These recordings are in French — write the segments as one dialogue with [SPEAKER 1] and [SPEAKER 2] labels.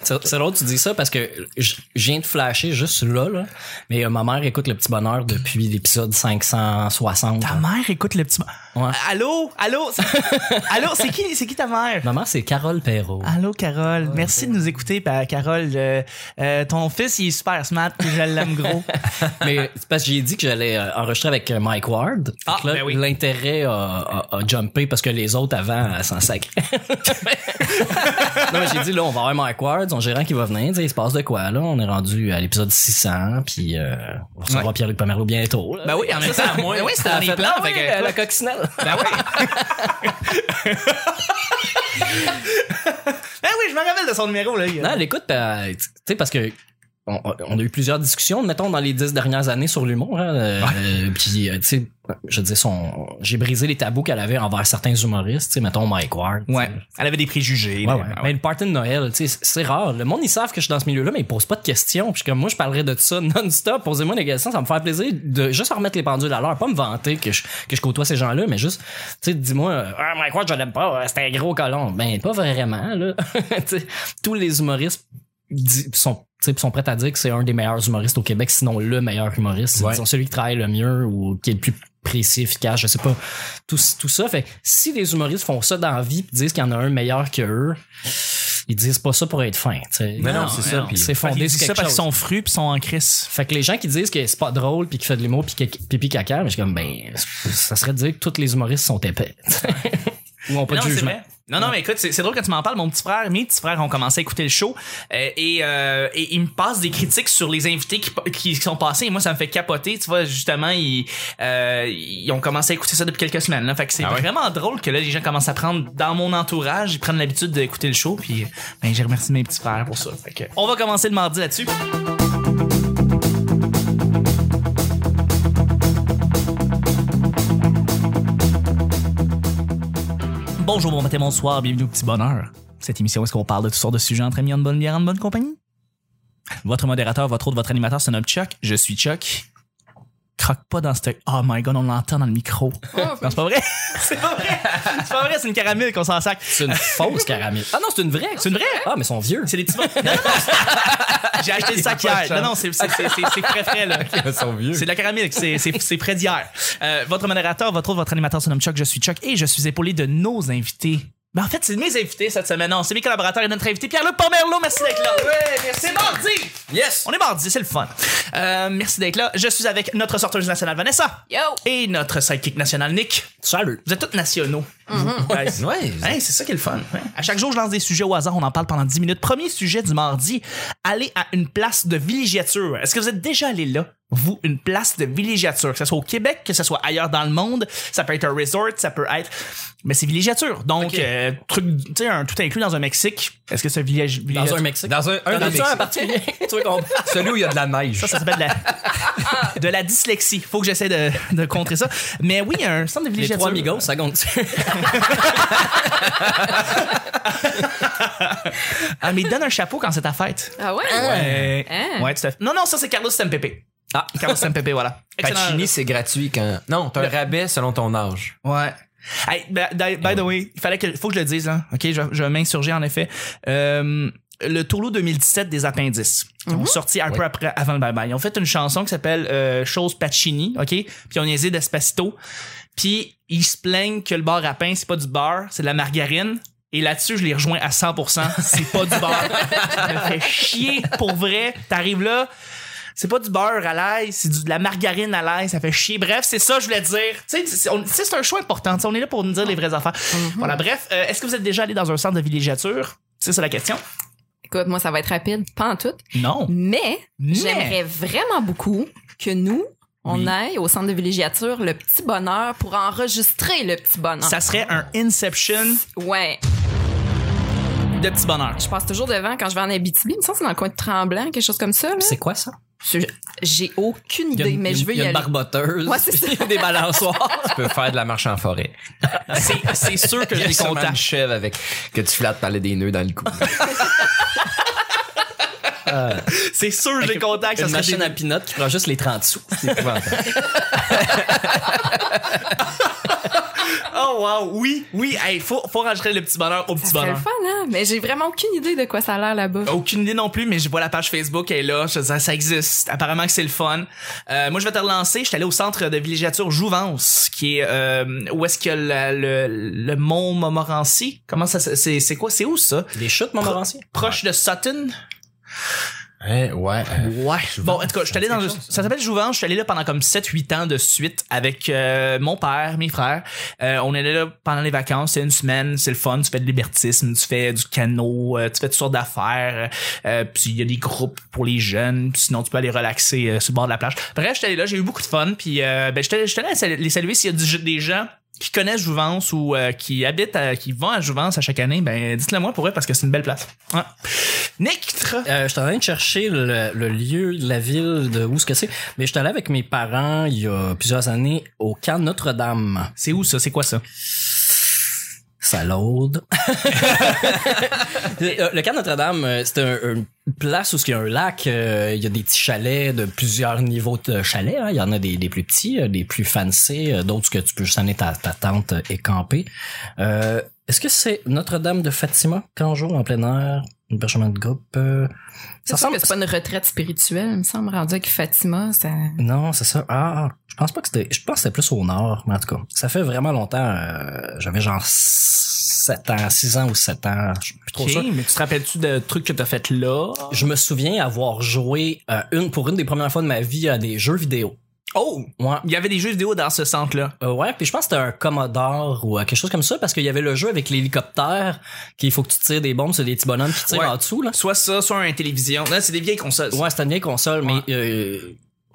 [SPEAKER 1] C'est c'est drôle que tu dis ça parce que je je viens de flasher juste là, là. Mais euh, ma mère écoute Le Petit Bonheur depuis l'épisode 560.
[SPEAKER 2] Ta mère écoute le petit.
[SPEAKER 1] Ouais.
[SPEAKER 2] Allô? Allô? C'est- Allô? C'est qui, c'est qui ta mère?
[SPEAKER 1] Ma mère, c'est Carole Perrault.
[SPEAKER 2] Allô, Carole. Merci de nous écouter. Bah, Carole, euh, euh, ton fils, il est super smart. puis Je l'aime gros.
[SPEAKER 1] Mais c'est parce que j'ai dit que j'allais euh, enregistrer avec euh, Mike Ward. Fait
[SPEAKER 2] Ah,
[SPEAKER 1] que là,
[SPEAKER 2] ben oui.
[SPEAKER 1] L'intérêt a, a- a jumpé parce que les autres avant euh, s'en sacraient. non, mais j'ai dit, là, on va avoir Mike Ward, son gérant qui va venir. Tu sais, Il se passe de quoi, là? On est rendu à l'épisode 600, puis euh, on recevra Pierre-Luc Pomerleau bientôt. Là.
[SPEAKER 2] Ben oui, en même temps, moi. Ben oui, c'était
[SPEAKER 1] Ça
[SPEAKER 2] dans
[SPEAKER 1] a
[SPEAKER 2] les
[SPEAKER 1] fait,
[SPEAKER 2] plans.
[SPEAKER 1] ah
[SPEAKER 2] fait
[SPEAKER 1] oui,
[SPEAKER 2] que-
[SPEAKER 1] euh, la coccinelle.
[SPEAKER 2] Ben oui. ben oui, je me rappelle de son numéro, là. il y a-
[SPEAKER 1] Non, elle écoute, ben, tu sais, parce que. On, on a eu plusieurs discussions, mettons, dans les dix dernières années sur l'humour. hein, euh, euh, Puis, euh, tu sais, je dis son, j'ai brisé les tabous qu'elle avait envers certains humoristes, tu sais, mettons Mike Ward. tu sais.
[SPEAKER 2] Ouais. Elle avait des préjugés.
[SPEAKER 1] Ouais,
[SPEAKER 2] là.
[SPEAKER 1] ouais.
[SPEAKER 2] Ah ouais.
[SPEAKER 1] Mais le party de Noël, tu sais, c'est- c'est rare. Le monde, ils savent que je suis dans ce milieu-là, mais ils posent pas de questions. Puis comme moi, je parlerais de ça non-stop. Posez-moi des questions, ça me fait plaisir de juste remettre les pendules à l'heure. Pas me vanter que je, que je côtoie ces gens-là, mais juste, tu sais, dis-moi, ah, Mike Ward, je l'aime pas, c'était un gros colon. Ben, pas vraiment, là. Tu sais, tous les humoristes di- sont tu sais, sont prêts à dire que c'est un des meilleurs humoristes au Québec, sinon le meilleur humoriste.
[SPEAKER 3] Ouais.
[SPEAKER 1] Ils sont celui qui travaille le mieux ou qui est le plus précis, efficace, je sais pas. Tout, tout ça. Fait que si les humoristes font ça dans la vie pis disent qu'il y en a un meilleur que eux, ils disent pas ça pour être fin. tu sais.
[SPEAKER 3] Mais non, c'est ça,
[SPEAKER 1] non,
[SPEAKER 3] puis-
[SPEAKER 1] C'est
[SPEAKER 2] Fait qu'ils
[SPEAKER 1] fondé
[SPEAKER 2] disent
[SPEAKER 1] sur
[SPEAKER 2] Ben ça
[SPEAKER 1] quelque
[SPEAKER 2] parce
[SPEAKER 1] chose.
[SPEAKER 2] qu'ils sont frus puis sont en crise.
[SPEAKER 1] Fait que les gens qui disent que c'est pas drôle puis qui fait de l'humour puis que- pipi caca, mais je suis comme ben ça serait de dire que tous les humoristes sont épais. ou ont pas
[SPEAKER 2] non,
[SPEAKER 1] de
[SPEAKER 2] c'est
[SPEAKER 1] jugement.
[SPEAKER 2] vrai. Non, non, mais écoute, c'est c'est drôle quand tu m'en parles. Mon petit frère, mes petits frères ont commencé à écouter le show euh, et, euh, et ils me passent des critiques sur les invités qui, pa- qui sont passés. Et moi, ça me fait capoter. Tu vois, justement, ils, euh, ils ont commencé à écouter ça depuis quelques semaines. Là. Fait que c'est
[SPEAKER 3] Ah ouais?
[SPEAKER 2] vraiment drôle que là, les gens commencent à prendre dans mon entourage. Ils prennent l'habitude d'écouter le show. Puis, ben, j'ai remercié mes petits frères pour ça. Fait que on va commencer le mardi là-dessus. Bonjour, bon matin, bonsoir, bienvenue au Petit Bonheur. Cette émission où est-ce qu'on parle de toutes sortes de sujets entre amis, en bonne bière, en bonne compagnie. Votre modérateur, votre autre, votre animateur se nomme Chuck. Je suis Chuck. Croque pas dans cette... Oh my god, on l'entend dans le micro. non, c'est pas vrai. c'est pas vrai. C'est pas vrai, c'est une caramel qu'on s'en sac.
[SPEAKER 1] C'est une fausse caramel. Ah non, c'est une vraie.
[SPEAKER 2] C'est une vraie?
[SPEAKER 1] Ah mais ils sont vieux.
[SPEAKER 2] C'est des petits... Non, non, non. c'est- J'ai acheté le sac hier. Non, non, c'est c'est- c'est- c'est- c'est frais frais, là.
[SPEAKER 3] Ils sont vieux.
[SPEAKER 2] C'est de la caramel, c'est, c'est, c'est près d'hier. Euh, votre modérateur, votre autre, votre animateur se nomme Chuck, je suis Chuck et je suis épaulé de nos invités. Ben en fait, c'est mes invités cette semaine. Non, c'est mes collaborateurs et notre invité Pierre-Luc Pomerleau. Merci d'être là. C'est mardi!
[SPEAKER 3] Yes!
[SPEAKER 2] On est mardi, c'est le fun. Euh, merci d'être là. Je suis avec notre sorteuse nationale Vanessa
[SPEAKER 4] Yo!
[SPEAKER 2] et notre sidekick national Nick.
[SPEAKER 1] Salut.
[SPEAKER 2] Vous êtes tous nationaux. Nice.
[SPEAKER 3] Ouais.
[SPEAKER 2] Hey, Hein, c'est ça qui est le fun. Ouais. À chaque jour, je lance des sujets au hasard. On en parle pendant 10 minutes. Premier sujet du mardi. Aller à une place de villégiature. Est-ce que vous êtes déjà allé là? Vous, une place de villégiature. Que ce soit au Québec, que ce soit ailleurs dans le monde. Ça peut être un resort, ça peut être... Mais c'est villégiature. Donc, euh, truc, tu sais, un tout inclus dans un Mexique. Est-ce que c'est village,
[SPEAKER 1] Dans
[SPEAKER 2] villégiature?
[SPEAKER 1] un Mexique.
[SPEAKER 3] Dans un, un
[SPEAKER 1] T'en
[SPEAKER 3] des
[SPEAKER 1] as-tu un en particulier. tu veux qu'on
[SPEAKER 3] Celui où il y a de la neige.
[SPEAKER 2] Ça, ça s'appelle de la, de la dyslexie. Faut que j'essaie de, de contrer ça. Mais oui, il y a un centre de
[SPEAKER 1] Les
[SPEAKER 2] villégiature.
[SPEAKER 1] trois migos, ça compte.
[SPEAKER 2] Ah, mais donne un chapeau quand c'est ta fête.
[SPEAKER 4] Ah ouais?
[SPEAKER 2] Ouais.
[SPEAKER 4] Hein?
[SPEAKER 2] Ouais, tout à fait. Non, non, ça, c'est Carlos Sempepe.
[SPEAKER 3] Ah.
[SPEAKER 2] Carlos Sempepe, voilà. Excellent.
[SPEAKER 3] Pacini, c'est gratuit quand. Non, t'as un rabais selon ton âge.
[SPEAKER 2] Ouais. Hey, by, by- by the way, il fallait que, faut que je le dise, hein. OK, je, je vais m'insurger, en effet. Euh, le Tourlou 2017 des appendices. Ils ont sorti un peu après, avant le bye-bye. Ils ont fait une chanson qui s'appelle euh, Chose Pacini, OK? Puis ils ont niaisé d'Espacito. Puis ils se plaignent que le bar à pain, c'est pas du beurre, c'est de la margarine. Et là-dessus, je les rejoins à 100%. C'est pas du beurre. Ça me fait chier pour vrai. T'arrives là, c'est pas du beurre à l'ail, c'est du- de la margarine à l'ail, ça fait chier. Bref, c'est ça, je voulais dire. Tu sais, c'est- on- tu sais, c'est un choix important. Tu sais, on est là pour nous dire les vraies affaires. Voilà, bref, euh, est-ce que vous êtes déjà allé dans un centre de villégiature? Ça, c'est la question.
[SPEAKER 4] Écoute, moi, ça va être rapide, pas en tout.
[SPEAKER 2] Non.
[SPEAKER 4] Mais,
[SPEAKER 2] Mais-
[SPEAKER 4] j'aimerais vraiment beaucoup que nous, on
[SPEAKER 2] Oui.
[SPEAKER 4] aille au centre de villégiature Le Petit Bonheur pour enregistrer Le Petit Bonheur.
[SPEAKER 2] Ça serait un Inception
[SPEAKER 4] Ouais.
[SPEAKER 2] de petit bonheur.
[SPEAKER 4] Je passe toujours devant quand je vais en Abitibi. Il me semble que c'est dans le coin de Tremblant, quelque chose comme ça. là.
[SPEAKER 1] C'est quoi ça?
[SPEAKER 4] Je- J'ai aucune idée, mais je veux
[SPEAKER 1] il
[SPEAKER 4] y,
[SPEAKER 1] y a une
[SPEAKER 4] aller.
[SPEAKER 1] barboteuse.
[SPEAKER 4] Ouais, c'est ça.
[SPEAKER 1] Il y a des balançoires.
[SPEAKER 3] Tu peux faire de la marche en forêt.
[SPEAKER 2] C'est- C'est sûr que
[SPEAKER 3] Il y
[SPEAKER 2] je
[SPEAKER 3] a
[SPEAKER 2] les
[SPEAKER 3] sûrement une
[SPEAKER 2] contacte.
[SPEAKER 3] chèvre avec que tu flattes parler des nœuds dans le cou.
[SPEAKER 2] C'est sûr que je les contacte. Ça
[SPEAKER 1] une
[SPEAKER 2] serait
[SPEAKER 1] machine
[SPEAKER 2] des-
[SPEAKER 1] à pinote qui prend juste les 30 sous.
[SPEAKER 3] C'est épouvantable.
[SPEAKER 2] Oh Oh, wow. Oui, oui. Hey, faut, faut rajouter le petit bonheur au
[SPEAKER 4] Ça
[SPEAKER 2] petit
[SPEAKER 4] serait le
[SPEAKER 2] bonheur. Oh,
[SPEAKER 4] fun, hein? Mais j'ai vraiment aucune idée de quoi ça a l'air là-bas.
[SPEAKER 2] Aucune idée non plus, mais je vois la page Facebook, elle est là. Je veux dire, ça existe. Apparemment que c'est le fun. Euh, moi, je vais te relancer. Je suis allé au centre de villégiature Jouvence, qui est euh, où est-ce que le, le mont Montmorency. Comment ça, se- c'est c'est quoi, c'est où ça?
[SPEAKER 1] Les chutes, Montmorency.
[SPEAKER 2] Proche de Sutton.
[SPEAKER 3] Hein, ouais. euh,
[SPEAKER 2] Ouais. Bon, en tout cas, je suis allé dans
[SPEAKER 3] quelque
[SPEAKER 2] le- ça s'appelle Jouvence. Je suis allé là pendant comme 7-8 ans de suite avec euh, mon père, mes frères. Euh, on allait là pendant les vacances. C'est une semaine. C'est le fun. Tu fais de l'hébertisme, tu fais du canot, euh, tu fais toutes sortes d'affaires. Euh, puis il y a des groupes pour les jeunes. Puis sinon, tu peux aller relaxer euh, sur le bord de la plage. Bref, je suis allé là. J'ai eu beaucoup de fun. Puis euh, ben, je suis allé- je suis allé à sal- les saluer s'il y a du- des gens qui connaissent Jouvence ou euh, qui habitent, à- qui vont à Jouvence à chaque année, ben dites-le moi pour eux parce que c'est une belle place. Ouais. Nictre!
[SPEAKER 1] Euh, je suis en train de chercher le, le lieu, la ville, de où ce que c'est. Mais je suis allé avec mes parents il y a plusieurs années au camp Notre-Dame.
[SPEAKER 2] C'est où ça? C'est quoi ça?
[SPEAKER 1] Ça l'aude. Euh, le camp Notre-Dame, euh, c'est un- une place où il y a un lac, euh, il y a des petits chalets de plusieurs niveaux de chalets. hein. Il y en a des, des plus petits, euh, des plus fancy, euh, d'autres que tu peux juste amener ta, ta tente et camper. Euh, Est-ce que c'est Notre-Dame de Fatima qu'en jour en plein air, hébergement de groupe? euh,
[SPEAKER 4] Ça semble que c'est pas une retraite spirituelle, il me semble, rendu avec Fatima. Ça...
[SPEAKER 1] Non, c'est ça. Ah, ah, je pense pas que c'était. Je pense que c'était plus au nord, mais en tout cas. Ça fait vraiment longtemps. euh, J'avais genre 7 ans, 6 ans ou 7 ans. Je suis plus trop
[SPEAKER 2] Ok,
[SPEAKER 1] sûr.
[SPEAKER 2] mais tu te rappelles-tu de trucs que t'as fait là?
[SPEAKER 1] Je me souviens avoir joué euh, une pour une des premières fois de ma vie à des jeux vidéo.
[SPEAKER 2] Oh!
[SPEAKER 1] Ouais.
[SPEAKER 2] Il y avait des jeux vidéo dans ce centre-là.
[SPEAKER 1] Euh, ouais, puis je pense que c'était un Commodore ou euh, quelque chose comme ça, parce qu'il y avait le jeu avec l'hélicoptère, qu'il faut que tu tires des bombes sur des petits bonhommes qui tirent
[SPEAKER 2] Ouais.
[SPEAKER 1] en dessous, là.
[SPEAKER 2] Soit ça, soit un télévision. Là, c'est des vieilles consoles.
[SPEAKER 1] Ouais, c'était une vieille console, mais euh,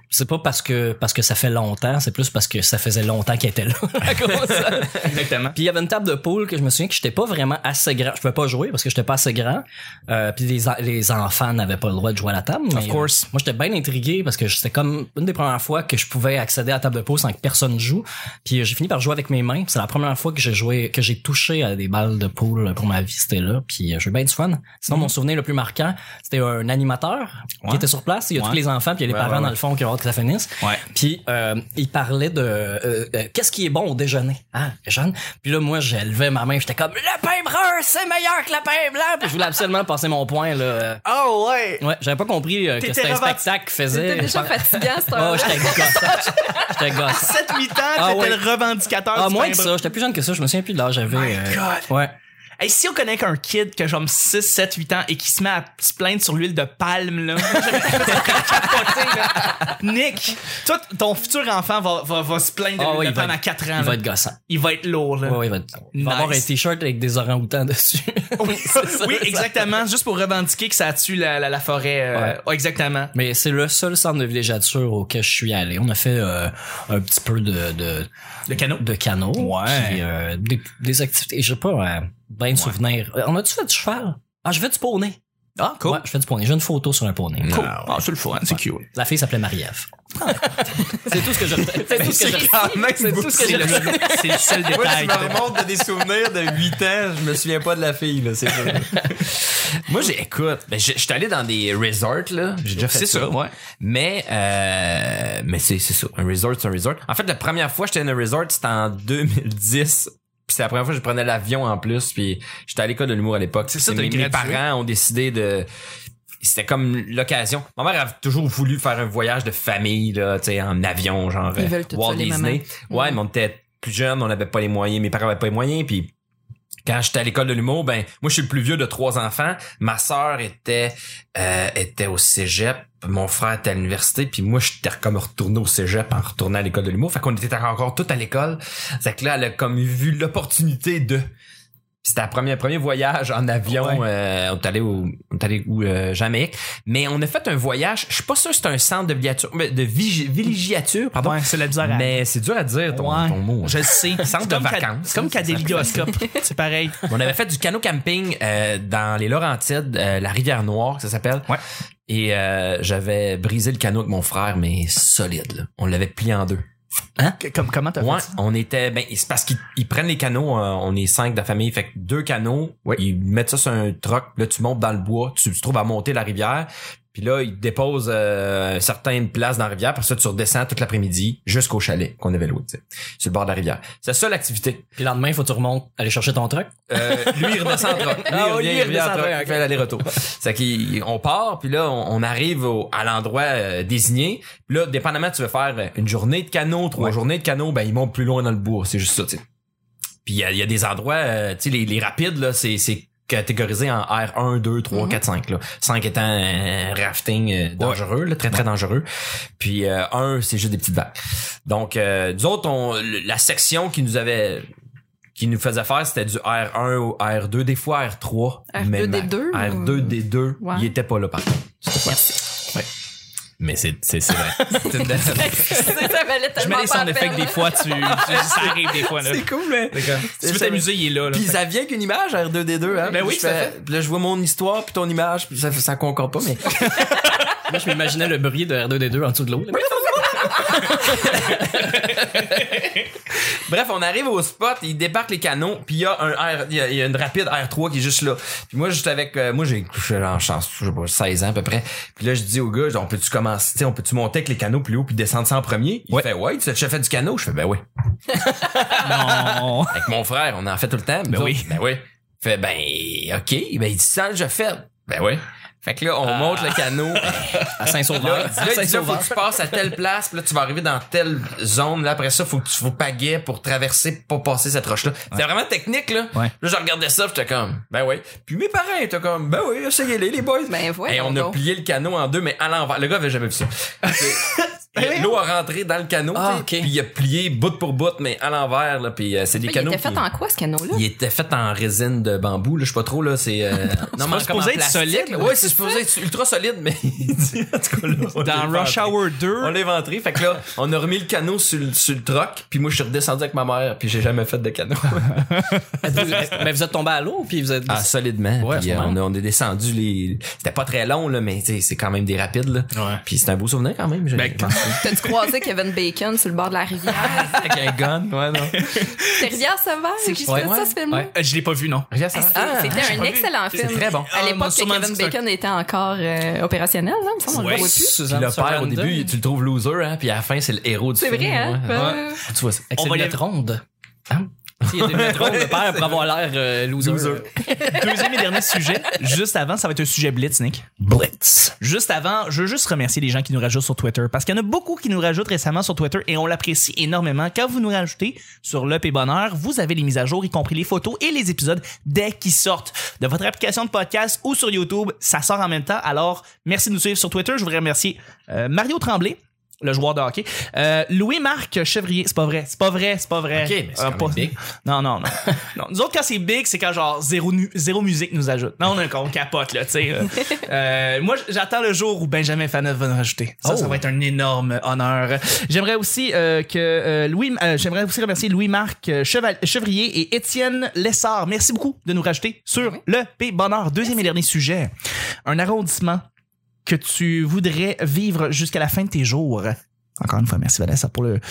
[SPEAKER 1] c'est pas parce que parce que ça fait longtemps, c'est plus parce que ça faisait longtemps qu'elle était là, la console.
[SPEAKER 2] Exactement.
[SPEAKER 1] Puis il y avait une table de poule que je me souviens que j'étais pas vraiment assez grand. Je pouvais pas jouer parce que j'étais pas assez grand. Euh, puis les, en- les enfants n'avaient pas le droit de jouer à la table. mais,
[SPEAKER 2] Of course.
[SPEAKER 1] euh, moi, j'étais bien intrigué parce que c'était comme une des premières fois que je pouvais accéder à la table de poule sans que personne joue. Puis euh, j'ai fini par jouer avec mes mains. C'est la première fois que j'ai joué, que j'ai touché à des balles de poule pour ma vie. C'était là. Puis euh, j'ai eu bien du fun. Sinon, mon souvenir le plus marquant, c'était un animateur
[SPEAKER 2] Ouais.
[SPEAKER 1] qui était sur place. Il y a
[SPEAKER 2] Ouais.
[SPEAKER 1] tous les enfants puis il y a les
[SPEAKER 3] Ouais,
[SPEAKER 1] parents
[SPEAKER 3] ouais,
[SPEAKER 1] dans
[SPEAKER 3] ouais.
[SPEAKER 1] le fond qui ont hâte que ça finisse.
[SPEAKER 2] Ouais.
[SPEAKER 1] Puis euh, il parlait de euh, euh, qu'est-ce qui est bon au déjeuner, hein, Jeanne. Puis là, moi, j'ai levé ma main, j'étais comme le pain brun, c'est meilleur que le pain blanc. Puis je voulais absolument passer mon point là. Euh,
[SPEAKER 2] Oh, ouais!
[SPEAKER 1] Ouais, j'avais pas compris euh, que
[SPEAKER 2] T'étais
[SPEAKER 1] c'était un
[SPEAKER 2] revend-
[SPEAKER 1] spectacle qu'il faisait.
[SPEAKER 4] C'était déjà
[SPEAKER 1] Je pense-
[SPEAKER 4] fatigant, cette
[SPEAKER 1] Oh,
[SPEAKER 4] heure-là.
[SPEAKER 1] j'étais gosse. J'étais gosse.
[SPEAKER 2] 7-8 ans,
[SPEAKER 1] Ah
[SPEAKER 2] t'étais
[SPEAKER 1] ouais.
[SPEAKER 2] le revendicateur
[SPEAKER 1] Ah,
[SPEAKER 2] du
[SPEAKER 1] moins
[SPEAKER 2] pain
[SPEAKER 1] que
[SPEAKER 2] brun.
[SPEAKER 1] ça, j'étais plus jeune que ça, je me souviens plus de l'âge, j'avais.
[SPEAKER 2] My
[SPEAKER 1] euh,
[SPEAKER 2] God. Ah,
[SPEAKER 1] Ouais.
[SPEAKER 2] Hey, si on connaît qu'un kid qui a genre 6, 7, 8 ans et qui se met à se plaindre sur l'huile de palme, là, j'avais capoté, là. Nick, toi, t- ton futur enfant va, va, va se plaindre de
[SPEAKER 1] Ah
[SPEAKER 2] l'huile
[SPEAKER 1] ouais,
[SPEAKER 2] de
[SPEAKER 1] il va
[SPEAKER 2] palme
[SPEAKER 1] être-
[SPEAKER 2] à 4 ans.
[SPEAKER 1] Il
[SPEAKER 2] là.
[SPEAKER 1] va être gossant.
[SPEAKER 2] Il va être lourd, là.
[SPEAKER 1] Ouais, ouais, il va être. Il va
[SPEAKER 2] Nice.
[SPEAKER 1] avoir un t-shirt avec des orang-outans dessus.
[SPEAKER 2] Oui,
[SPEAKER 1] ça,
[SPEAKER 2] oui,
[SPEAKER 1] ça.
[SPEAKER 2] exactement. Juste pour revendiquer que ça tue la, la, la forêt. euh,
[SPEAKER 1] Ouais.
[SPEAKER 2] ouais, exactement.
[SPEAKER 1] Mais c'est le seul centre de villégiature auquel je suis allé. On a fait euh, un petit peu de, de,
[SPEAKER 2] Le canot.
[SPEAKER 1] de canot.
[SPEAKER 2] Ouais.
[SPEAKER 1] Puis, euh, des, des activités. J'ai pas euh, ben de souvenirs. Euh, On a-tu fait du cheval? Ah, je fais du poney.
[SPEAKER 2] Ah,
[SPEAKER 1] Ouais, je fais du poney. J'ai une photo sur un poney.
[SPEAKER 2] Cool. Ah, c'est le fun, c'est cute.
[SPEAKER 1] La fille s'appelait Marie-Ève. c'est tout ce que je retenais. C'est tout ce que je retenais.
[SPEAKER 3] quand même
[SPEAKER 1] C'est tout ce que
[SPEAKER 2] C'est
[SPEAKER 1] j'ai
[SPEAKER 2] le, c'est le seul
[SPEAKER 3] Moi,
[SPEAKER 2] détail.
[SPEAKER 3] tu me remontes de des souvenirs de 8 ans, je me souviens pas de la fille, là, c'est ça. Moi, j'ai, écoute, ben, je je suis allé dans des resorts, là. J'ai déjà fait
[SPEAKER 2] C'est ça, ouais.
[SPEAKER 3] Mais, euh, mais c'est, c'est ça. Un resort, c'est un resort. En fait, la première fois que j'étais dans un resort, c'était en 2010. Puis c'est la première fois que je prenais l'avion en plus. Puis j'étais à l'école de l'humour à l'époque.
[SPEAKER 2] C'est ça,
[SPEAKER 3] Puis
[SPEAKER 2] t'as
[SPEAKER 3] mes, mes
[SPEAKER 2] gradué.
[SPEAKER 3] parents ont décidé de... C'était comme l'occasion. Ma mère a toujours voulu faire un voyage de famille, là, tu sais, en avion, genre euh,
[SPEAKER 4] Ils veulent tout
[SPEAKER 3] Walt
[SPEAKER 4] ça, les Mm.
[SPEAKER 3] Disney. Ouais, mais on était plus jeunes, on n'avait pas les moyens. Mes parents n'avaient pas les moyens. Puis quand j'étais à l'école de l'humour, ben moi je suis le plus vieux de trois enfants. Ma sœur était euh, était au cégep, mon frère était à l'université, puis moi j'étais comme retourné au cégep en retournant à l'école de l'humour. Fait qu'on était encore tout à l'école. C'est que là elle a comme vu l'opportunité de Puis c'était la première premier voyage en avion.
[SPEAKER 2] Ouais.
[SPEAKER 3] euh, on est allé au on est allé où euh, Jamaïque, mais on a fait un voyage. Je suis pas sûr que c'est un centre de villégiature, mais de vigi- villégiature, pardon.
[SPEAKER 2] Ah Ouais, c'est la bizarre. à-
[SPEAKER 3] Mais c'est dur à dire ton,
[SPEAKER 2] Ouais.
[SPEAKER 3] ton mot. hein.
[SPEAKER 2] Je le sais.
[SPEAKER 3] Centre
[SPEAKER 2] C'est
[SPEAKER 3] de
[SPEAKER 2] comme qu'à-
[SPEAKER 3] vacances.
[SPEAKER 2] C'est comme
[SPEAKER 3] Ça
[SPEAKER 2] Cadélioscope. C'est pareil.
[SPEAKER 3] On avait fait du canot camping euh, dans les Laurentides, euh, la rivière Noire, ça s'appelle.
[SPEAKER 2] Ouais.
[SPEAKER 3] Et euh, j'avais brisé le canot avec mon frère, mais solide. là. On l'avait plié en deux.
[SPEAKER 2] Que- Comme, comment t'as
[SPEAKER 3] Ouais,
[SPEAKER 2] fait ça?
[SPEAKER 3] on était. Ben, c'est parce qu'ils ils prennent les canots. euh, on est cinq de la famille, fait que deux canots. Ils mettent ça sur un truck. Là, tu montes dans le bois. Tu te trouves à monter la rivière. Puis là, ils te déposent euh, certaines places dans la rivière. Parce que tu redescends toute l'après-midi jusqu'au chalet qu'on avait loué, tu sais, sur le bord de la rivière. C'est la seule activité.
[SPEAKER 1] Puis le lendemain, il faut que tu remontes, aller chercher ton truc.
[SPEAKER 3] Euh, lui, il redescend en truck. Lui,
[SPEAKER 1] Ah,
[SPEAKER 3] il
[SPEAKER 1] oui,
[SPEAKER 3] revient,
[SPEAKER 1] lui,
[SPEAKER 3] il
[SPEAKER 1] il
[SPEAKER 3] revient en
[SPEAKER 1] redescend en
[SPEAKER 3] truck,
[SPEAKER 1] truck,
[SPEAKER 3] il fait l'aller-retour. C'est qu'on part, puis là, on, on arrive au- à l'endroit euh, désigné. Puis là, dépendamment, tu veux faire euh, une journée de canot, trois journées de canot, ben ils montent plus loin dans le bois. C'est juste ça, tu sais. Puis il y a- il y, a des endroits, euh, tu sais, les, les rapides, là, c'est... c'est catégorisé en R1, 2, 3,
[SPEAKER 4] Mhm.
[SPEAKER 3] 4, 5. Là. 5 étant euh, rafting euh, dangereux, là, très très dangereux. Puis euh, 1, c'est juste des petites vagues. Donc, euh, nous autres, on, le- la section qui nous avait qui nous faisait faire, c'était du R1 ou R2, des fois R3.
[SPEAKER 4] R2
[SPEAKER 3] mais ma-
[SPEAKER 4] D2, ou-
[SPEAKER 3] R2, D2.
[SPEAKER 4] Ouais.
[SPEAKER 3] Il était pas là, par contre. C'était pas-
[SPEAKER 5] Mais c'est c'est c'est vrai.
[SPEAKER 3] c'était une-
[SPEAKER 4] ça valait
[SPEAKER 2] Je mets
[SPEAKER 4] tellement
[SPEAKER 2] des
[SPEAKER 4] pas
[SPEAKER 2] sound
[SPEAKER 4] la
[SPEAKER 2] effects
[SPEAKER 4] peine,
[SPEAKER 2] des
[SPEAKER 4] là.
[SPEAKER 2] fois, tu, tu- ça arrive des fois, là.
[SPEAKER 3] C'est cool, mais...
[SPEAKER 2] Si tu veux t'amuser, il est là, là.
[SPEAKER 3] Puis ça vient qu'une image, R2D2, hein.
[SPEAKER 2] Ben
[SPEAKER 3] Puis
[SPEAKER 2] oui,
[SPEAKER 3] je
[SPEAKER 2] ça
[SPEAKER 3] fais- Puis là, je vois mon histoire, puis ton image, puis ça, ça concorde pas, mais.
[SPEAKER 1] Moi, je m'imaginais le bruit de R2D2 en dessous de l'eau. là.
[SPEAKER 3] Bref, on arrive au spot, ils débarquent les canons, puis il y a un R, il y a, il y a une rapide R3 qui est juste là. Puis moi, juste avec, euh, moi j'ai couché en chance, je sais pas, 16 ans à peu près. Puis là, je dis au gars, genre, on peut-tu commencer, tu sais, on peut-tu monter avec les canots plus haut puis descendre ça en premier? Il fait, ouais, tu sais, le chef fait du canot? Je fais, ben oui.
[SPEAKER 2] Non.
[SPEAKER 3] Avec mon frère, on en fait tout le temps. nous
[SPEAKER 2] Ben oui.
[SPEAKER 3] autres. Ben oui. Fait, ben, ok. Ben, il dit, ça, je fais. Ben oui. Fait que là, on monte le canot.
[SPEAKER 1] À Saint-Sauveur.
[SPEAKER 3] Là, il dit, là, il dit, là, faut que tu passes à telle place, puis là, tu vas arriver dans telle zone. Là, après ça, faut que tu faut pagaies pour traverser, pour pas passer cette roche-là. C'est vraiment technique, là.
[SPEAKER 2] Ouais.
[SPEAKER 3] Là, je regardais ça, j'étais comme, ben oui. Puis mes parents étaient comme, ben oui, essayez-les, les boys.
[SPEAKER 4] Ben, voyons
[SPEAKER 3] Et on a
[SPEAKER 4] donc.
[SPEAKER 3] plié le canot en deux, mais à l'envers. Le gars avait jamais vu ça. C'est- L'eau a rentré dans le canot,
[SPEAKER 1] Ah,
[SPEAKER 3] tu sais,
[SPEAKER 1] ok.
[SPEAKER 3] puis il a plié bout pour bout, mais à l'envers, là, puis euh, c'est des
[SPEAKER 4] Mais Il
[SPEAKER 3] canots.
[SPEAKER 4] était fait
[SPEAKER 3] qui-
[SPEAKER 4] en quoi, ce canot-là?
[SPEAKER 3] il était fait en résine de bambou, là, je sais pas trop, là, c'est... euh, non,
[SPEAKER 2] pas supposé être solide, là.
[SPEAKER 3] Oui, c'est supposé être ultra solide, mais... il dit, en tout cas, là, on l'a
[SPEAKER 2] Dans Rush
[SPEAKER 3] inventé.
[SPEAKER 2] Hour
[SPEAKER 3] On
[SPEAKER 2] 2,
[SPEAKER 3] l'a inventré, fait que là, on a remis le canot sur, le- sur le troc, puis moi, je suis redescendu avec ma mère, puis j'ai jamais fait de canot.
[SPEAKER 1] Vous- Mais vous êtes tombé à l'eau, puis vous êtes.
[SPEAKER 3] Ah, solidement.
[SPEAKER 1] Ouais,
[SPEAKER 3] Puis, euh, on,
[SPEAKER 1] sûrement.
[SPEAKER 3] a- on est descendu les... C'était pas très long, là, mais tu sais, c'est quand même des rapides, là.
[SPEAKER 2] Ouais.
[SPEAKER 3] Puis c'est un beau souvenir, quand même. j'ai-
[SPEAKER 2] Ben,
[SPEAKER 4] T'as-tu croisé Kevin Bacon sur le bord de la rivière?
[SPEAKER 3] avec un gun, ouais, non.
[SPEAKER 4] C'était Rivière Sauvage? C'est qui
[SPEAKER 1] Ouais.
[SPEAKER 4] ça, ce film-là?
[SPEAKER 1] Ouais.
[SPEAKER 2] euh, je l'ai pas vu, non.
[SPEAKER 3] Regarde, ça
[SPEAKER 4] Ah,
[SPEAKER 3] va.
[SPEAKER 4] C'était
[SPEAKER 2] j'ai
[SPEAKER 4] un
[SPEAKER 2] pas vu.
[SPEAKER 4] excellent film.
[SPEAKER 3] très bon.
[SPEAKER 4] À
[SPEAKER 2] Ah, on m'a
[SPEAKER 4] l'époque, que
[SPEAKER 2] sûrement dit
[SPEAKER 4] Kevin
[SPEAKER 2] que c'est un-
[SPEAKER 4] Bacon était encore euh, opérationnel, là, il me semble, on
[SPEAKER 2] Ouais.
[SPEAKER 4] le voit plus.
[SPEAKER 3] Puis
[SPEAKER 1] Suzanne
[SPEAKER 3] le père, au
[SPEAKER 1] Sarandon.
[SPEAKER 3] début, tu le trouves loser, hein, puis à la fin, c'est le héros du
[SPEAKER 4] C'est
[SPEAKER 3] film.
[SPEAKER 4] vrai, hein?
[SPEAKER 3] ouais. Ah.
[SPEAKER 4] Euh,
[SPEAKER 3] Tu vois ça.
[SPEAKER 1] Avec
[SPEAKER 2] On
[SPEAKER 1] ses
[SPEAKER 2] va y-
[SPEAKER 1] lunettes rondes. Hein? Tu sais, Il y a des lunettes rondes, le père, pour avoir l'air euh, loser.
[SPEAKER 2] Deuxième et dernier sujet. Juste avant, ça va être un sujet blitz, Nick.
[SPEAKER 1] Blitz.
[SPEAKER 2] Juste avant, je veux juste remercier les gens qui nous rajoutent sur Twitter parce qu'il y en a beaucoup qui nous rajoutent récemment sur Twitter et on l'apprécie énormément. Quand vous nous rajoutez sur L'Up et Bonheur, vous avez les mises à jour, y compris les photos et les épisodes dès qu'ils sortent de votre application de podcast ou sur YouTube. Ça sort en même temps. Alors, merci de nous suivre sur Twitter. Je voudrais remercier euh, Mario Tremblay. Le joueur de hockey. Euh, Louis-Marc Chevrier, c'est pas vrai, c'est pas vrai, c'est pas vrai.
[SPEAKER 3] Ok, mais c'est
[SPEAKER 2] Euh,
[SPEAKER 3] quand
[SPEAKER 2] pas-
[SPEAKER 3] même big.
[SPEAKER 2] non, non, non. non. Nous autres, quand c'est big, c'est quand genre zéro, nu- zéro musique nous ajoute. Non, on, a, on capote, là, tu sais. euh. Euh, moi, j'attends le jour où Benjamin Faneuf va nous rajouter. Ça, ça va être un énorme honneur. J'aimerais aussi euh, que euh, Louis, euh, j'aimerais aussi remercier Louis-Marc euh, Cheval- Chevrier et Étienne Lessard. Merci beaucoup de nous rajouter sur le P Bonheur. Deuxième et dernier sujet. Un arrondissement que tu voudrais vivre jusqu'à la fin de tes jours. Encore une fois, merci Vanessa pour le,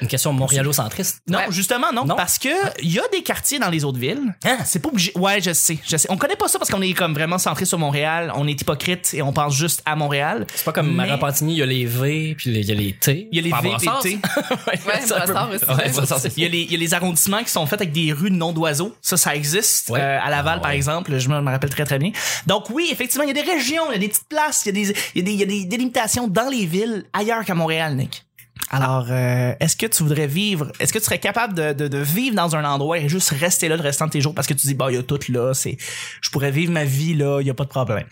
[SPEAKER 1] Une question montréalo-centriste.
[SPEAKER 2] non,
[SPEAKER 1] Ouais.
[SPEAKER 2] justement, non,
[SPEAKER 1] Non.
[SPEAKER 2] Parce que il y a des quartiers dans les autres villes. C'est pas obligé. Ouais, je sais, je sais. On connaît pas ça parce qu'on est comme vraiment centré sur Montréal. On est hypocrite et on pense juste à Montréal.
[SPEAKER 1] C'est pas comme
[SPEAKER 2] Mais-
[SPEAKER 1] Marapatini, il y a les V, puis les- il y a les T.
[SPEAKER 2] Il y a les
[SPEAKER 1] Pas à
[SPEAKER 2] VPT.
[SPEAKER 1] Brassard,
[SPEAKER 4] Ouais,
[SPEAKER 1] ça peut-
[SPEAKER 4] Brassard aussi.
[SPEAKER 1] Ouais, Brassard, c'est-
[SPEAKER 2] Il y, a les, il y a les arrondissements qui sont faits avec des rues de noms d'oiseaux. Ça, ça existe.
[SPEAKER 1] Ouais.
[SPEAKER 2] Euh, à Laval, par exemple, je me me rappelle très, très bien. Donc oui, effectivement, il y a des régions, il y a des petites places, il y a des, il y a des, il y a des délimitations dans les villes ailleurs qu'à Montréal, Nick. Alors, euh, est-ce que tu voudrais vivre, est-ce que tu serais capable de, de, de vivre dans un endroit et juste rester là le restant de tes jours parce que tu dis, bah, il y a tout là, c'est, je pourrais vivre ma vie là, il y a pas de problème.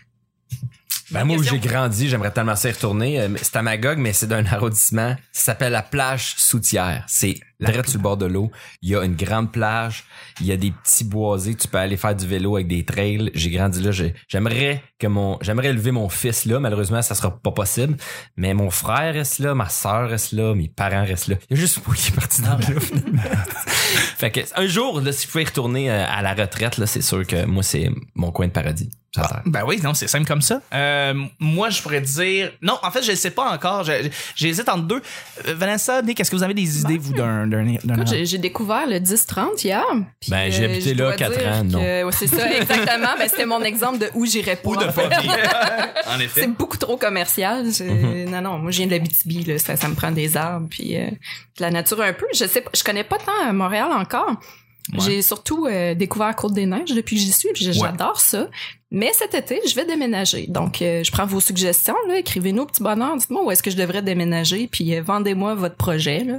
[SPEAKER 3] Ben moi où j'ai grandi, j'aimerais tellement s'y retourner. Euh, mais C'est à Magog, mais c'est d'un arrondissement. Ça s'appelle la plage soutière. C'est direct sur le bord de l'eau. Il y a une grande plage. Il y a des petits boisés. Tu peux aller faire du vélo avec des trails. J'ai grandi là. J'ai- J'aimerais que mon, j'aimerais élever mon fils là. Malheureusement, ça sera pas possible. Mais mon frère reste là, ma sœur reste là, mes parents restent là. Il y a juste moi qui est parti dans l'eau. finalement. fait que un jour, là, si je pouvais y retourner euh, à la retraite, là, c'est sûr que moi c'est mon coin de paradis.
[SPEAKER 5] Ça a l'air.
[SPEAKER 2] Ben oui, non, c'est simple comme ça. Euh, moi, je pourrais dire. Non, en fait, je ne sais pas encore. Je- je- J'hésite entre deux. Euh, Vanessa, Nick, est-ce que vous avez des idées, vous, d'un. d'un- d'un-
[SPEAKER 4] Écoute, j'ai- j'ai découvert le 10-30 hier. puis,
[SPEAKER 5] Ben, j'ai
[SPEAKER 4] euh,
[SPEAKER 5] habité
[SPEAKER 4] je
[SPEAKER 5] là
[SPEAKER 4] dois
[SPEAKER 5] quatre
[SPEAKER 4] dire
[SPEAKER 5] ans, non.
[SPEAKER 4] que- ouais, c'est ça, exactement. Ben, c'était mon exemple de où j'irais pas. en fait.
[SPEAKER 2] en
[SPEAKER 4] C'est beaucoup trop commercial. Je-
[SPEAKER 2] Mhm.
[SPEAKER 4] Non, non, moi, je viens de la BTB, là. Ça, ça me prend des arbres, puis euh, de la nature un peu. Je sais pas, je connais pas tant euh, Montréal encore.
[SPEAKER 2] Ouais.
[SPEAKER 4] J'ai surtout euh, découvert Côte-des-Neiges depuis que j'y suis, puis j'adore ça. Mais cet été, je vais déménager. Donc, euh, je prends vos suggestions, là. Écrivez-nous au petit bonheur. Dites-moi où est-ce que je devrais déménager, puis euh, vendez-moi votre projet, là.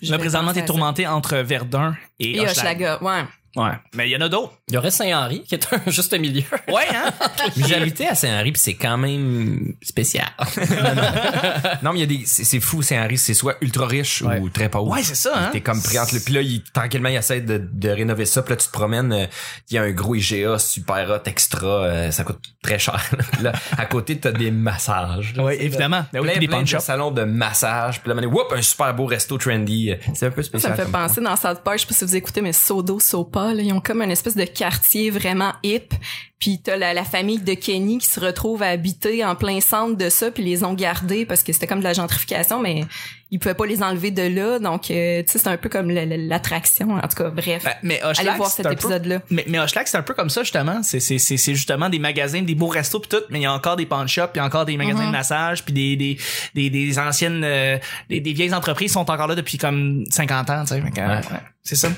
[SPEAKER 4] Je
[SPEAKER 2] Là,
[SPEAKER 4] vais
[SPEAKER 2] présentement,
[SPEAKER 4] penser
[SPEAKER 2] t'es
[SPEAKER 4] à ça.
[SPEAKER 2] tourmenté entre Verdun et,
[SPEAKER 4] Et Hochelaga, ouais.
[SPEAKER 2] Ouais. Mais il y en a d'autres.
[SPEAKER 1] Il y aurait Saint-Henri, qui est un juste milieu.
[SPEAKER 2] Ouais, hein?
[SPEAKER 5] Mais J'habitais à Saint-Henri, puis c'est quand même spécial.
[SPEAKER 3] Non, mais il y a des. C'est c'est fou, c'est un risque. C'est soit ultra riche
[SPEAKER 2] Ouais.
[SPEAKER 3] ou très pauvre.
[SPEAKER 2] Ouais, c'est ça, hein?
[SPEAKER 3] T'es comme pris entre le. Puis là, il- tranquillement, il essaie de, de rénover ça. Puis là, tu te promènes. euh, Il y a un gros IGA super hot, extra. euh, ça coûte très cher. Puis là, à côté, t'as des massages. là.
[SPEAKER 2] Oui, évidemment. Ben oui,
[SPEAKER 3] plein,
[SPEAKER 2] puis des
[SPEAKER 3] plein
[SPEAKER 2] pawn
[SPEAKER 3] de
[SPEAKER 2] shops.
[SPEAKER 3] salons de massage. Puis là, maintenant, whoop, un super beau resto trendy. euh. C'est un peu
[SPEAKER 4] Ça
[SPEAKER 3] spécial.
[SPEAKER 4] me fait
[SPEAKER 3] comme
[SPEAKER 4] penser dans South Park, je sais pas si vous écoutez, mais Sodo, Sopa, là, ils ont comme une espèce de quartier vraiment hip. Puis t'as la, la famille de Kenny qui se retrouve à habiter en plein centre de ça, puis ils les ont gardés parce que c'était comme de la gentrification, mais ils pouvaient pas les enlever de là. Donc, euh, tu sais, c'est un peu comme le- le- l'attraction. En tout cas, bref.
[SPEAKER 2] Ben, mais Hochelaga,
[SPEAKER 4] Allez voir
[SPEAKER 2] c'est
[SPEAKER 4] cet
[SPEAKER 2] un peu-
[SPEAKER 4] épisode-là.
[SPEAKER 2] Mais, mais Hochelaga, c'est un peu comme ça, justement. C'est, c'est, c'est, c'est justement des magasins, des beaux restos pis tout, mais il y a encore des pawn shops, puis encore des magasins
[SPEAKER 3] Mhm.
[SPEAKER 2] de massage, puis des, des, des, des anciennes, euh, des, des vieilles entreprises sont encore là depuis comme 50 ans, tu sais. Fait que,
[SPEAKER 3] Ouais.
[SPEAKER 2] ouais, C'est ça.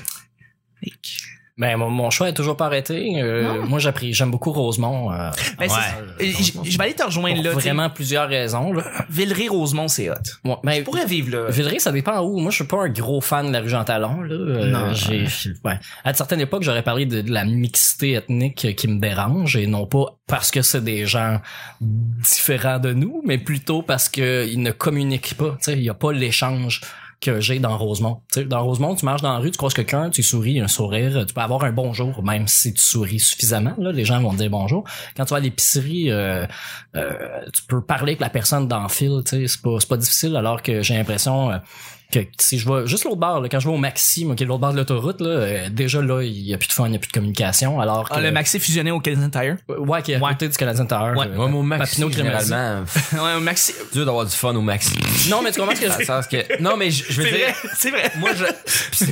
[SPEAKER 1] Ben, mon, mon choix est toujours pas arrêté. Euh, moi, j'ai appris- j'aime beaucoup Rosemont. euh,
[SPEAKER 2] Ben,
[SPEAKER 1] en-
[SPEAKER 2] c'est- euh, j- Je vais aller te rejoindre
[SPEAKER 1] pour
[SPEAKER 2] là. tu sais.
[SPEAKER 1] vraiment plusieurs raisons. Là.
[SPEAKER 2] Villeray-Rosemont, c'est hot.
[SPEAKER 1] Ouais, ben,
[SPEAKER 2] Je pourrais vivre là.
[SPEAKER 1] Villeray, ça dépend où. Moi, je suis pas un gros fan de la rue Jean Talon. Là. Euh,
[SPEAKER 2] Non.
[SPEAKER 1] j'ai, ouais. À une certaine époque, j'aurais parlé de, de la mixité ethnique qui me dérange et non pas parce que c'est des gens différents de nous, mais plutôt parce que ils ne communiquent pas. Tu sais, il y a pas l'échange que j'ai dans Rosemont. Tu sais, dans Rosemont, tu marches dans la rue, tu croises quelqu'un, tu souris, un sourire, tu peux avoir un bonjour, même si tu souris suffisamment. Là, les gens vont te dire bonjour. Quand tu vas à l'épicerie, euh, euh, tu peux parler avec la personne dans le fil, tu sais, c'est pas, c'est pas difficile, alors que j'ai l'impression euh, que si je vais juste l'autre bord, là, quand je vais au Maxi, moi, qui est l'autre bord de l'autoroute, là, euh, déjà là, il y a plus de fun, il y a plus de communication, alors que...
[SPEAKER 2] Ah, le maxi fusionné au Canadian Tire.
[SPEAKER 1] Ouais, qui est à
[SPEAKER 2] Ouais.
[SPEAKER 1] côté du Canadien Tower.
[SPEAKER 2] Ouais.
[SPEAKER 1] euh,
[SPEAKER 3] Ouais, mais au maxi,
[SPEAKER 1] Papineau Crémazie.
[SPEAKER 3] généralement, pff,
[SPEAKER 2] ouais, au maxi.
[SPEAKER 3] dur d'avoir du fun au maxi.
[SPEAKER 1] Non, mais tu comprends ce que
[SPEAKER 3] Dans le
[SPEAKER 1] je...
[SPEAKER 3] sens que- Non, mais je je veux
[SPEAKER 2] C'est
[SPEAKER 3] dire,
[SPEAKER 2] vrai, c'est vrai.
[SPEAKER 3] moi, je...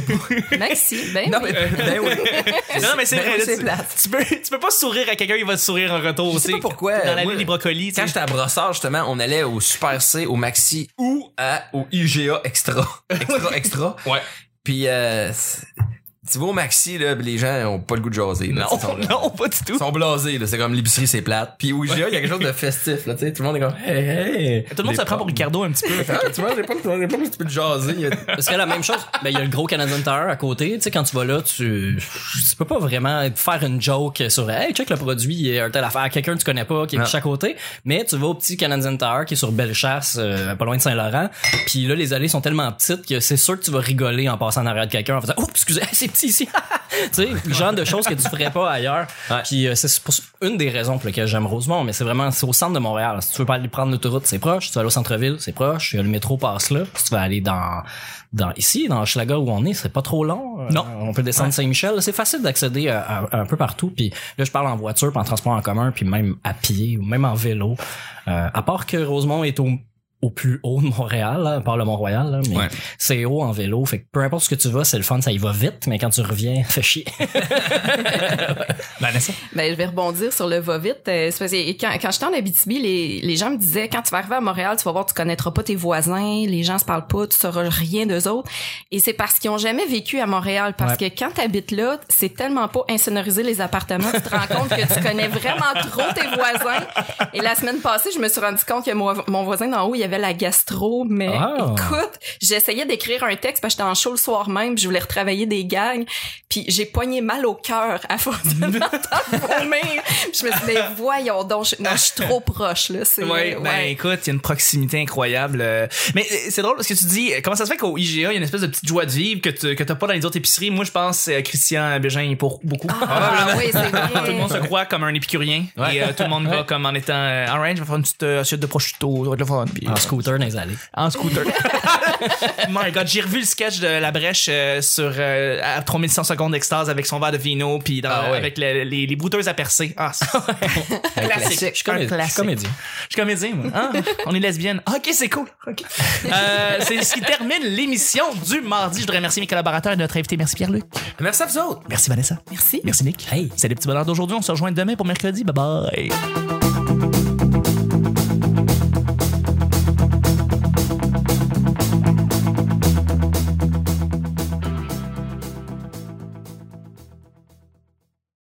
[SPEAKER 4] Maxi, ben,
[SPEAKER 3] Non,
[SPEAKER 4] oui.
[SPEAKER 3] mais, ben oui.
[SPEAKER 2] Non, non, mais c'est
[SPEAKER 3] Ben
[SPEAKER 2] vrai.
[SPEAKER 3] oui,
[SPEAKER 2] là,
[SPEAKER 3] c'est
[SPEAKER 2] tu-
[SPEAKER 3] plate.
[SPEAKER 2] Tu peux, tu peux pas sourire à quelqu'un, il va te sourire en retour.
[SPEAKER 3] Je sais
[SPEAKER 2] tu
[SPEAKER 3] pas pourquoi,
[SPEAKER 2] Dans la
[SPEAKER 3] moi,
[SPEAKER 2] ligne des brocolis, tu
[SPEAKER 3] Quand
[SPEAKER 2] sais.
[SPEAKER 3] j'étais à Brossard, justement, on allait au Super C, au Maxi ou à, au IGA Extra. Extra, extra.
[SPEAKER 2] Ouais.
[SPEAKER 3] Puis, euh, c'est- tu vois, au Maxi, là, les gens ont pas le goût de jaser. là. Ils sont,
[SPEAKER 2] Non, non, pas du tout.
[SPEAKER 3] ils sont blasés, là. C'est comme l'épicerie, c'est plate. Puis au IGA, il y a quelque chose de festif, là. Tu sais, tout le monde est comme, hey, hey.
[SPEAKER 2] Tout le monde se prend pour Ricardo un petit peu.
[SPEAKER 3] Ah, tu vois, j'ai pas, j'ai pas un petit peu de jaser. Il y a-
[SPEAKER 1] Parce que la même chose, ben, il y a le gros Canadian Tower à côté. Tu sais, quand tu vas là, tu, tu peux pas vraiment faire une joke sur, hey, check le produit, il y a un telle affaire, quelqu'un que tu connais pas, qui est
[SPEAKER 3] Ah.
[SPEAKER 1] de chaque côté. Mais tu vas au petit Canadian Tower qui est sur Bellechasse, euh, pas loin de Saint-Laurent. Puis là, les allées sont tellement petites que c'est sûr que tu vas rigoler en passant en arrière de quelqu'un en faisant, oh, excusez, c'est petit ici. tu sais, le genre de choses que tu ferais pas ailleurs. Puis euh, c'est pour- une des raisons pour lesquelles j'aime Rosemont, mais c'est vraiment, c'est au centre de Montréal. Si tu veux pas aller prendre l'autoroute, c'est proche. Si tu vas aller au centre-ville, c'est proche. Il y a le métro passe là. Si tu vas aller dans, dans ici, dans Schlaga où on est, c'est pas trop long. Euh,
[SPEAKER 2] Non.
[SPEAKER 1] On peut descendre Saint-Michel. C'est facile d'accéder à- à- un peu partout. Puis là, je parle en voiture, puis en transport en commun, puis même à pied ou même en vélo. Euh, à part que Rosemont est au au plus haut de Montréal, là, à part le Mont-Royal, là, mais
[SPEAKER 3] Ouais.
[SPEAKER 1] c'est haut en vélo. Fait que peu importe ce que tu vas, c'est le fun, ça y va vite, mais quand tu reviens, fait chier.
[SPEAKER 2] Vanessa.
[SPEAKER 4] Ben, je vais rebondir sur le va-vite. Euh, c'est parce que quand, quand j'étais en Abitibi, les, les gens me disaient, quand tu vas arriver à Montréal, tu vas voir, tu connaîtras pas tes voisins, les gens se parlent pas, tu sauras rien d'eux autres. Et c'est parce qu'ils ont jamais vécu à Montréal. Parce que quand tu habites là, c'est tellement pas insonorisé les appartements, tu te rends compte que tu connais vraiment trop tes voisins. Et la semaine passée, je me suis rendu compte que mon, mon voisin d'en haut, il y avait la gastro, mais
[SPEAKER 1] Ah.
[SPEAKER 4] écoute, j'essayais d'écrire un texte parce que j'étais en show le soir même, puis je voulais retravailler des gangs, puis j'ai poigné mal au cœur à force de m'entendre vomir. Puis Je me suis dit, mais voyons donc, je, non, je suis trop proche, là. C'est,
[SPEAKER 2] Ouais, ben
[SPEAKER 4] ouais.
[SPEAKER 2] écoute, il y a une proximité incroyable. euh. Mais euh, c'est drôle parce que tu dis, euh, comment ça se fait qu'au IGA, il y a une espèce de petite joie de vivre que tu que t'as pas dans les autres épiceries. Moi, je pense euh, Christian Bégin est pour beaucoup.
[SPEAKER 4] Ah, oui, c'est vrai.
[SPEAKER 2] Tout le monde se croit comme un épicurien et euh, tout le monde va comme en étant euh, alright, je vais faire une petite euh, assiette de prosciutto, ça va être le fun. Puis,
[SPEAKER 1] scooter dans les allées.
[SPEAKER 2] en scooter. My God, j'ai revu le sketch de la brèche euh, sur euh, à 3100 secondes d'extase avec son verre de vino puis dans-
[SPEAKER 3] Ah ouais.
[SPEAKER 2] avec le- les, les brouteuses à percer. Ah, c'est- classique.
[SPEAKER 1] Je suis comé- je suis comédien.
[SPEAKER 2] Je suis comédien, moi. Ah, on est lesbienne. Ah, OK, c'est cool. OK. Euh, c'est ce qui termine l'émission du mardi. Je voudrais remercier mes collaborateurs et notre invité. Merci Pierre-Luc.
[SPEAKER 3] Merci à vous autres.
[SPEAKER 2] Merci Vanessa.
[SPEAKER 4] Merci.
[SPEAKER 2] Merci Nick.
[SPEAKER 1] Hey.
[SPEAKER 2] C'est le petit bonheur d'aujourd'hui. On se rejoint demain pour mercredi. Bye bye.